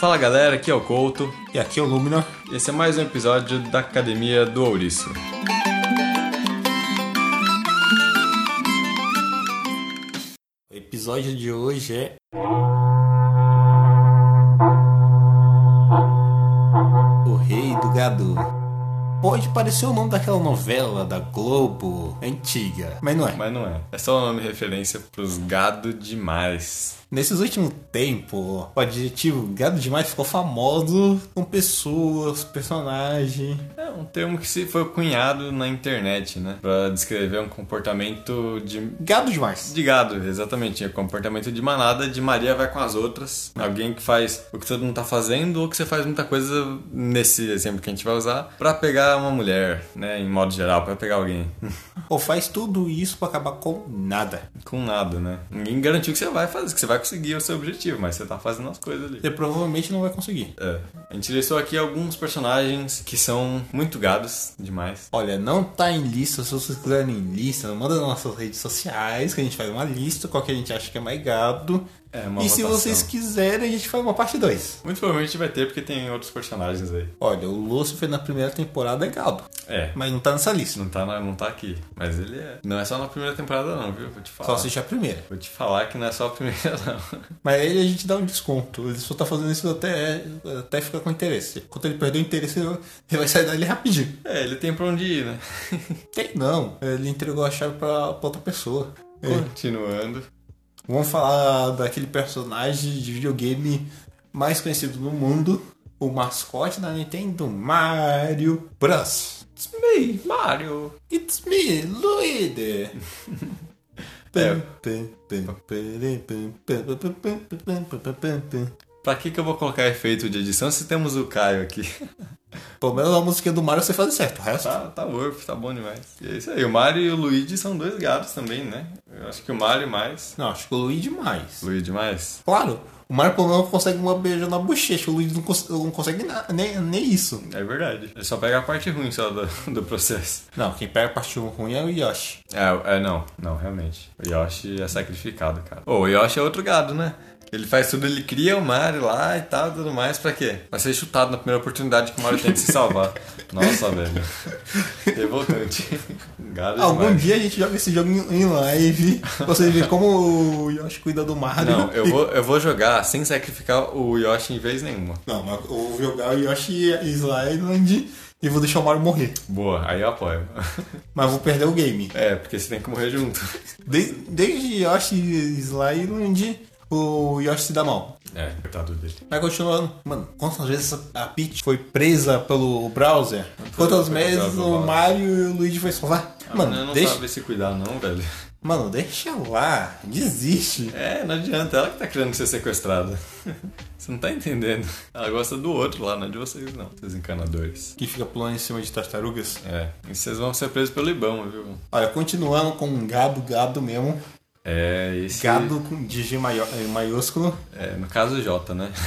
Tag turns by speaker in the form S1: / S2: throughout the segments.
S1: Fala galera, aqui é o Couto.
S2: E aqui é o Lumina.
S1: Esse é mais um episódio da Academia do Ouriço.
S2: O episódio de hoje é. O Rei do Gado. Pode parecer o nome daquela novela da Globo antiga, mas não é.
S1: Mas não é. É só o nome de referência pros gado demais.
S2: Nesses últimos tempos, o adjetivo gado demais ficou famoso com pessoas, personagem.
S1: É um termo que se foi cunhado na internet, né? Pra descrever um comportamento de
S2: Gado demais.
S1: De gado, exatamente. É comportamento de manada, de Maria vai com as outras. Alguém que faz o que todo mundo tá fazendo ou que você faz muita coisa nesse exemplo que a gente vai usar pra pegar uma mulher, né? Em modo geral, pra pegar alguém.
S2: Ou faz tudo isso pra acabar com nada.
S1: com nada, né? Ninguém garantiu que você vai fazer, que você vai conseguir o seu objetivo, mas você tá fazendo as coisas ali.
S2: Você provavelmente não vai conseguir.
S1: É. A gente listou aqui alguns personagens que são muito gados demais.
S2: Olha, não tá em lista, se vocês quiserem em lista, manda nas nossas redes sociais, que a gente faz uma lista, qual que a gente acha que é mais gado.
S1: É, uma
S2: e se
S1: votação.
S2: vocês quiserem, a gente faz uma parte 2.
S1: Muito provavelmente vai ter, porque tem outros personagens aí.
S2: Olha, o Lúcifer na primeira temporada é gado,
S1: É.
S2: mas não tá nessa lista.
S1: Não tá, na- não tá aqui. Mas ele é. Não é só na primeira temporada, não, viu? Vou te falar.
S2: Só assiste a primeira.
S1: Vou te falar que não é só a primeira, não.
S2: Mas ele a gente dá um desconto. Ele só tá fazendo isso até, até ficar com interesse. Quando ele perder o interesse, ele vai sair dali rapidinho.
S1: É, ele tem pra onde ir, né?
S2: Tem não. Ele entregou a chave pra, pra outra pessoa.
S1: Continuando.
S2: Vamos falar daquele personagem de videogame mais conhecido no mundo, o mascote da Nintendo, Mario Bros. It's me,
S1: Mario.
S2: it's me, Luigi.
S1: É. Pra que que eu vou colocar efeito de edição se temos o Caio aqui?
S2: Pelo menos a música do Mario você faz certo, o resto.
S1: Tá, tá worth, tá bom demais. E é isso aí. O Mario e o Luigi são dois gatos também, né? Eu acho que o Mario mais.
S2: Não, acho que o Luigi mais.
S1: Luigi mais?
S2: Claro, o Mario pelo menos consegue uma beija na bochecha, o Luigi não, cons- não consegue na- nem, nem isso.
S1: É verdade. Ele só pega a parte ruim só do, do processo.
S2: Não, quem pega a parte ruim é o Yoshi.
S1: É, é, não, não, realmente. O Yoshi é sacrificado, cara. Ô, o Yoshi é outro gado, né? Ele faz tudo, ele cria o Mario lá e tal, tudo mais, pra quê? Pra ser chutado na primeira oportunidade que o Mario tem de se salvar. Nossa, velho. Revoltante. Gado
S2: Algum
S1: demais.
S2: dia a gente joga esse jogo em em live. pra Você vê como o Yoshi cuida do Mario.
S1: Não, eu vou, eu vou jogar sem sacrificar o Yoshi em vez nenhuma.
S2: Não, mas eu vou jogar o Yoshi Island e vou deixar o Mario morrer.
S1: Boa, aí eu apoio.
S2: Mas vou perder o game.
S1: É, porque você tem que morrer junto.
S2: De- desde Yoshi Island, o Yoshi se dá mal.
S1: É, coitado dele.
S2: Mas continuando, mano, quantas vezes essa- a Peach foi presa pelo browser? Quantas
S1: foi pegada
S2: vezes
S1: pelo
S2: o
S1: browser.
S2: Mario e o Luigi foi salvar?
S1: eu
S2: Mano,
S1: não
S2: deixa,
S1: sabe se cuidar, não, velho.
S2: mano, deixa lá, desiste.
S1: É, não adianta, ela que tá querendo ser sequestrada. Você não tá entendendo. Ela gosta do outro lá, não é de vocês, não. Vocês encanadores.
S2: Que fica pulando em cima de tartarugas.
S1: É, e vocês vão ser presos pelo Ibama, viu?
S2: Olha, continuando com um gado, gado mesmo.
S1: É, esse.
S2: Gado com de G maior- eh, maiúsculo.
S1: É, no caso, Jota, né?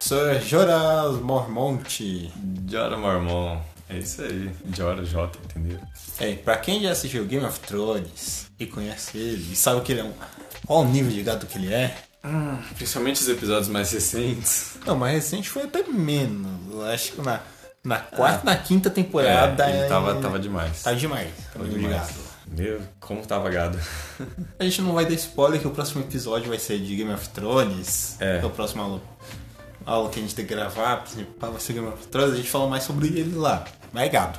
S2: Sir Joras Mormonte.
S1: Jora Mormon. É isso aí. Jora Jota, entendeu?
S2: É, pra quem já assistiu Game of Thrones e conhece ele e sabe que ele é um. Qual o nível de gado que ele é?
S1: Principalmente os episódios mais recentes.
S2: Não, mas recente foi até menos. Eu Acho que na, na quarta, na quinta temporada.
S1: É. ele tava,
S2: é-
S1: tava demais.
S2: Tá demais.
S1: Tava
S2: nível de
S1: demais.
S2: gado.
S1: Meu, como tava gado.
S2: A gente não vai dar spoiler que o próximo episódio vai ser de Game of Thrones.
S1: É.
S2: Que é o próximo aula, aula que a gente tem que gravar, principal vai ser Game of Thrones, a gente fala mais sobre ele lá. Mas é gado.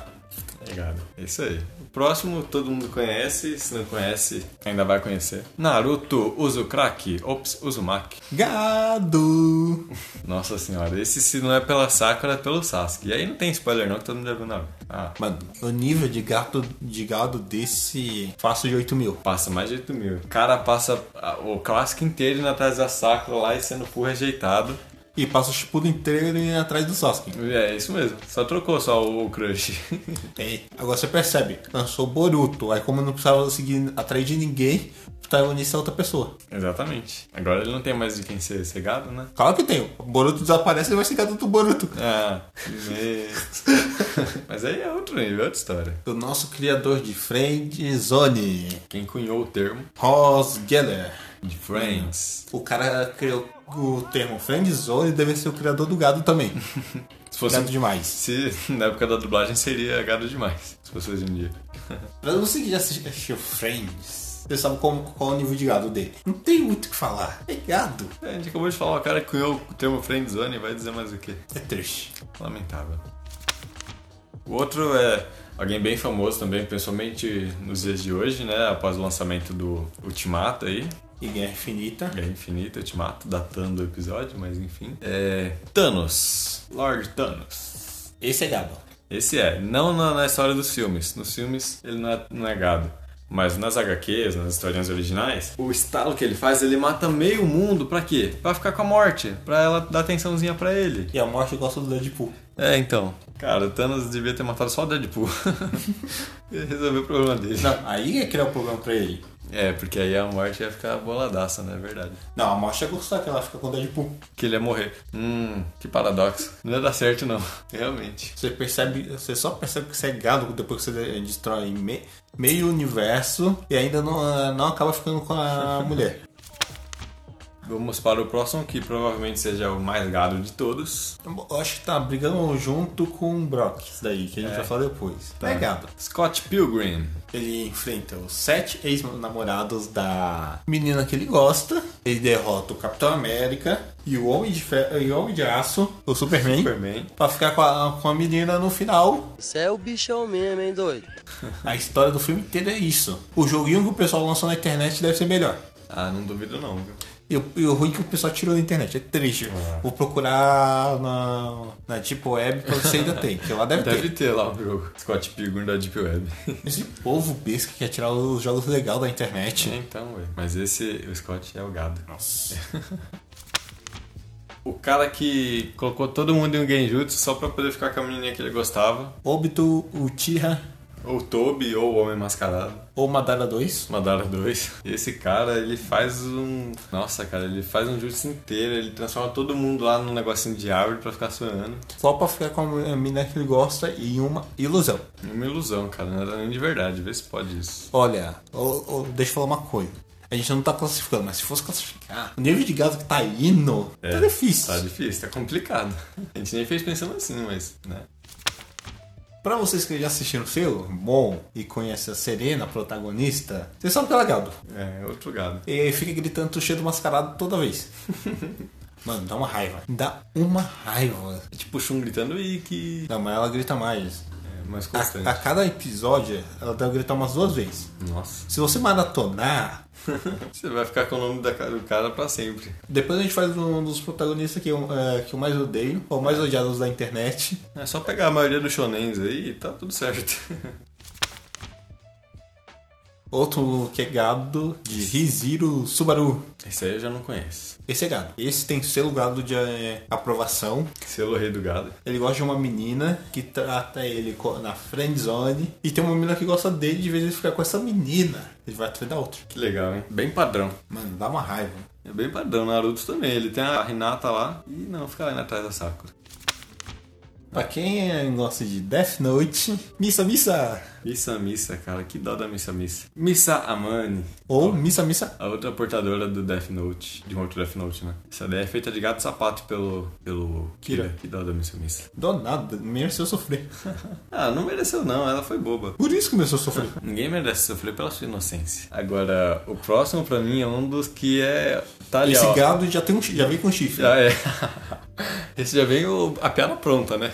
S1: Obrigado. É isso aí. O próximo todo mundo conhece, se não conhece, ainda vai conhecer. Naruto Uzumaki, ops, Uzumaki.
S2: Gado!
S1: Nossa senhora, esse se não é pela Sakura, é pelo Sasuke. E aí não tem spoiler não, que todo mundo já viu Naruto. Ah,
S2: Mano, o nível de gato de gado desse faço de 8 mil.
S1: passa mais de 8 mil. O cara passa ah, o clássico inteiro indo atrás da Sakura lá e sendo full rejeitado.
S2: E passa o Shippuden inteiro e atrás do Sasuke.
S1: E É isso mesmo, só trocou só o o crush.
S2: Tem. É, Agora você percebe, lançou o Boruto, aí como não precisava seguir atrás de ninguém, o protagonista é outra pessoa.
S1: Exatamente. Agora ele não tem mais de quem ser cegado, né?
S2: Claro que tem, o Boruto desaparece e vai ser gato do Boruto.
S1: Ah, me... Mas aí é outro nível, é outra história.
S2: do nosso criador de Friend Zone,
S1: Quem cunhou o termo
S2: Ross Geller.
S1: de Friends.
S2: O cara criou o termo friendzone e deve ser o criador do gado também.
S1: Se fosse um
S2: Gado demais.
S1: se na época da dublagem seria gado demais, se fosse hoje em dia.
S2: Pra você que já assisti- assistiu Friends, você sabe como- qual é o nível de gado dele. Não tem muito o que falar. É gado.
S1: É, a gente acabou de falar, o cara que cunhou o termo friendzone vai dizer mais o quê?
S2: É triste.
S1: Lamentável. O outro é alguém bem famoso também, principalmente nos dias de hoje, né? Após o lançamento do Ultimato aí,
S2: E Guerra Infinita.
S1: Guerra Infinita, Ultimato, datando o episódio, mas enfim. É Thanos, Lord Thanos.
S2: Esse é gado.
S1: Esse é, não na, na história dos filmes. Nos filmes ele não é, não é gado. Mas nas HQs, nas historinhas originais, o estalo que ele faz, ele mata meio mundo, pra quê? Pra ficar com a morte, pra ela dar atençãozinha pra ele.
S2: E a morte gosta do Deadpool.
S1: É, então. Cara, o Thanos devia ter matado só o Deadpool. e resolver o problema dele.
S2: Não, aí ia criar um problema pra ele.
S1: É, porque aí a morte ia ficar boladaça, né? É verdade.
S2: Não, a morte ia gostar que ela fica com o Deadpool.
S1: Que ele ia morrer. Hum, que paradoxo. Não ia dar certo, não. Realmente.
S2: Você percebe, você só percebe que você é gado depois que você destrói me- meio universo e ainda não, não acaba ficando com a mulher.
S1: Vamos para o próximo, que provavelmente seja o mais gado de todos.
S2: Eu acho que tá brigando junto com o Brock, isso daí, que a gente vai falar depois.
S1: Tá.
S2: É gado.
S1: Scott Pilgrim.
S2: Ele enfrenta os sete ex-namorados da menina que ele gosta. Ele derrota o Capitão América e o Homem de, Fe- e o Homem de Aço, o Superman,
S1: Superman.
S2: pra ficar com a, com a menina no final.
S3: Você é o bichão mesmo, hein, doido?
S2: A história do filme inteiro é isso. O joguinho que o pessoal lançou na internet deve ser melhor.
S1: Ah, não duvido não, viu?
S2: E o, e o ruim que o pessoal tirou da internet. É triste. Vou procurar na, na Tipo Web pra você ainda tem, que lá deve,
S1: Deve
S2: ter.
S1: ter lá o jogo. Scott Pilgrim da Deep Web.
S2: Esse povo besta que quer tirar os jogos legais da internet.
S1: É, então, ué. Mas esse, o Scott é o gado.
S2: Nossa.
S1: O cara que colocou todo mundo em um genjutsu só pra poder ficar com a menininha que ele gostava.
S2: Obito, Uchiha
S1: Ou Toby, ou o Homem Mascarado.
S2: ou Madara 2.
S1: Madara 2. Esse cara, ele faz um... Nossa, cara, ele faz um jutsu inteiro. Ele transforma todo mundo lá num negocinho de árvore pra ficar sonhando.
S2: Só pra ficar com a mina que ele gosta e uma ilusão.
S1: Uma ilusão, cara. Não era nem de verdade. Vê se pode isso.
S2: Olha, ô, ô, deixa eu falar uma coisa. A gente não tá classificando, mas se fosse classificar, o nível de gado que tá indo, tá difícil.
S1: Tá difícil, tá complicado. A gente nem fez pensando assim, mas... Né?
S2: Pra vocês que já assistiram o selo, bom, e conhecem a Serena, a protagonista, vocês sabem que ela é gado.
S1: É, outro gado.
S2: E fica gritando tuxedo mascarado toda vez. Mano, dá uma raiva. Dá uma raiva.
S1: É tipo o Shun gritando Ikki.
S2: Não, mas ela grita mais.
S1: É, mais constante.
S2: A, a cada episódio, ela deve gritar umas duas vezes.
S1: Nossa.
S2: Se você maratonar,
S1: Você vai ficar com o nome da ca- do cara pra sempre.
S2: depois a gente faz um dos protagonistas que eu, é, que eu mais odeio, ou mais odiados da internet.
S1: É só pegar a maioria dos shonens aí e tá tudo certo.
S2: Outro que é gado, de Riziro Subaru.
S1: Esse aí eu já não conheço.
S2: Esse é gado. Esse tem selo gado de é, aprovação.
S1: Selo Rei do Gado.
S2: Ele gosta de uma menina que trata ele co- na friend zone. E tem uma menina que gosta dele de vez ele fica com essa menina. Ele vai atrás da outra.
S1: Que legal, hein? Bem padrão.
S2: Mano, dá uma raiva.
S1: É bem padrão. Naruto também. Ele tem a Renata lá e não, fica lá indo atrás da Sakura.
S2: Pra quem gosta de Death Note, Missa Missa!
S1: Missa Missa, cara. Que dó da Missa Missa. Missa Amani.
S2: Ou Missa Missa.
S1: A outra portadora do Death Note. De um outro Death Note, né? Essa daí é feita de gato e sapato pelo... Pelo...
S2: Kira.
S1: Que dó da Missa Missa.
S2: Do nada, mereceu sofrer.
S1: Ah, não mereceu não. Ela foi boba.
S2: Por isso que começou a sofrer.
S1: Ninguém merece sofrer pela sua inocência. Agora, o próximo pra mim é um dos que é. Tá ali,
S2: Esse
S1: ó.
S2: gado já, tem um, chi- já vem com chifre.
S1: Já é. Esse já vem o- a piada pronta, né?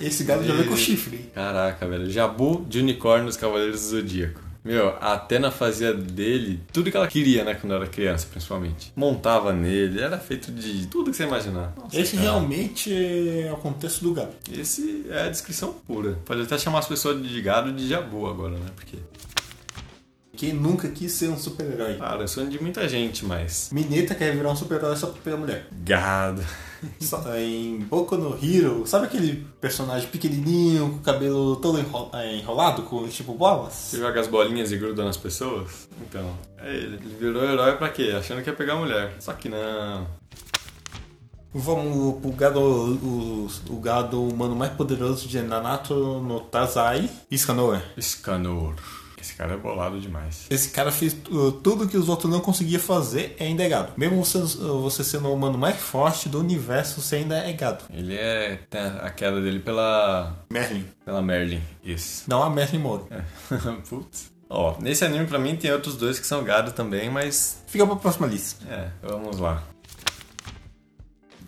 S2: Esse gado já vem
S1: É.
S2: com chifre.
S1: Caraca, velho. Jabu de unicórnio dos Cavaleiros do Zodíaco. Meu, a Atena fazia dele tudo que ela queria, né? Quando era criança, principalmente. Montava nele, era feito de tudo que você imaginar.
S2: Esse realmente é o contexto do gado.
S1: Esse é a descrição pura. Pode até chamar as pessoas de gado de jabu agora, né? Porque.
S2: Quem nunca quis ser um super-herói?
S1: Cara, eu sou de muita gente, mas.
S2: Mineta quer virar um super-herói só porque é mulher.
S1: Gado.
S2: Só- em Boku no Hero, sabe aquele personagem pequenininho, com o cabelo todo enro- eh, enrolado, com tipo bolas?
S1: Você joga as bolinhas e gruda nas pessoas? Então, é ele. Ele virou herói pra quê? Achando que ia pegar a mulher. Só que não.
S2: Vamos pro gado, o, o gado humano mais poderoso de Nanato no Tazai, Escanoa.
S1: Escanor. Esse cara é bolado demais.
S2: Esse cara fez tu- tudo que os outros não conseguiam fazer e ainda é gado. Mesmo você, você sendo o humano mais forte do universo, você ainda é gado.
S1: Ele é. Tem a queda dele pela.
S2: Merlin.
S1: pela Merlin. Isso.
S2: Não a Merlin Moro.
S1: Putz. Ó, nesse anime pra mim tem outros dois que são gado também, mas
S2: Fica pra próxima lista.
S1: É, vamos lá.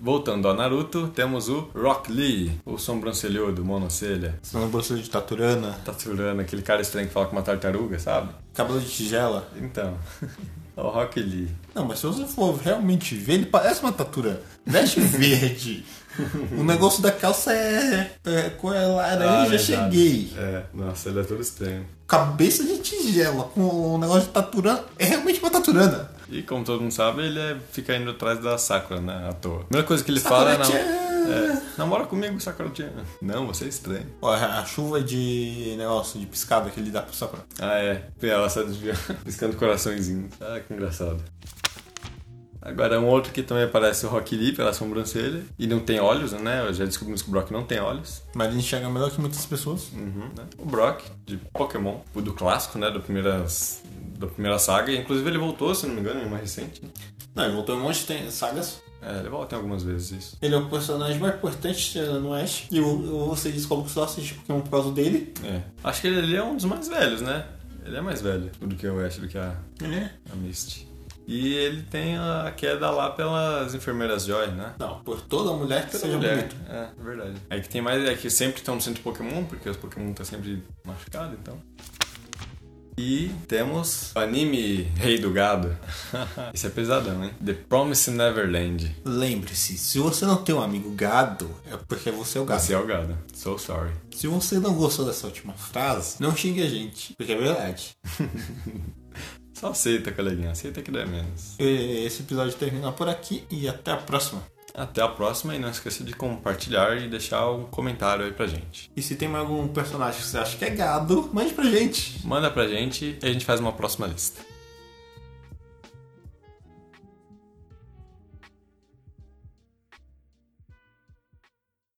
S1: Voltando ao Naruto, temos o Rock Lee, o sobrancelhudo, monocelha,
S2: Você não gostou de Taturana?
S1: Tatsurana, aquele cara estranho que fala com uma tartaruga, sabe?
S2: Cabelo de tigela?
S1: Então, é o Rock Lee.
S2: Não, mas se você for realmente ver, ele parece uma taturana. Veste verde. o negócio da calça é, é cor laranja,
S1: Ah, verdade.
S2: cheguei.
S1: É, nossa, ele é todo estranho.
S2: Cabeça de tigela com o negócio de taturana. É realmente uma taturana.
S1: E como todo mundo sabe, ele é- fica indo atrás da Sakura, né, à toa. A primeira coisa que ele fala é, na-
S2: Sakura-chan.
S1: é, namora comigo, Sakura-chan. Não, você é estranho.
S2: Ó, A chuva de negócio de piscada que ele dá pro Sakura.
S1: Ah, é. Vê Ela sai desviando, piscando coraçõezinho. Ah, que engraçado. Agora, um outro que também parece o Rock Lee pela sobrancelha. E não tem olhos, né? Eu já descobrimos que o Brock não tem olhos.
S2: Mas ele enxerga melhor que muitas pessoas.
S1: Uhum, né? O Brock, de Pokémon. O do clássico, né? Da primeira, da primeira saga. E, inclusive, ele voltou, se não me engano, em uma recente.
S2: Não, ele voltou em um monte de tem- sagas.
S1: É, ele volta em algumas vezes, isso.
S2: Ele é o personagem mais importante no Ash. E o- o- você descobre que só assiste Pokémon por causa dele.
S1: É. Acho que ele ali é um dos mais velhos, né? Ele é mais velho do que o Ash, do que a,
S2: Ele é?
S1: a Misty. E ele tem a queda lá pelas enfermeiras Joy, né?
S2: Não, por toda mulher que seja
S1: mulher.
S2: bonito.
S1: É, verdade. É que tem mais. É que sempre estão no centro Pokémon, porque os Pokémon estão sempre machucados, então. E temos o anime Rei do Gado. Esse é pesadão, hein? The Promised Neverland.
S2: Lembre-se, se você não tem um amigo gado, é porque você é o gado.
S1: Você é o gado. So sorry.
S2: Se você não gostou dessa última frase, não xingue a gente, porque é verdade.
S1: Só aceita, coleguinha. Aceita que dói menos.
S2: E Esse episódio termina por aqui e até a próxima.
S1: Até a próxima e não esqueça de compartilhar e deixar um comentário aí pra gente.
S2: E se tem mais algum personagem que você acha que é gado, mande pra gente.
S1: Manda pra gente e a gente faz uma próxima lista.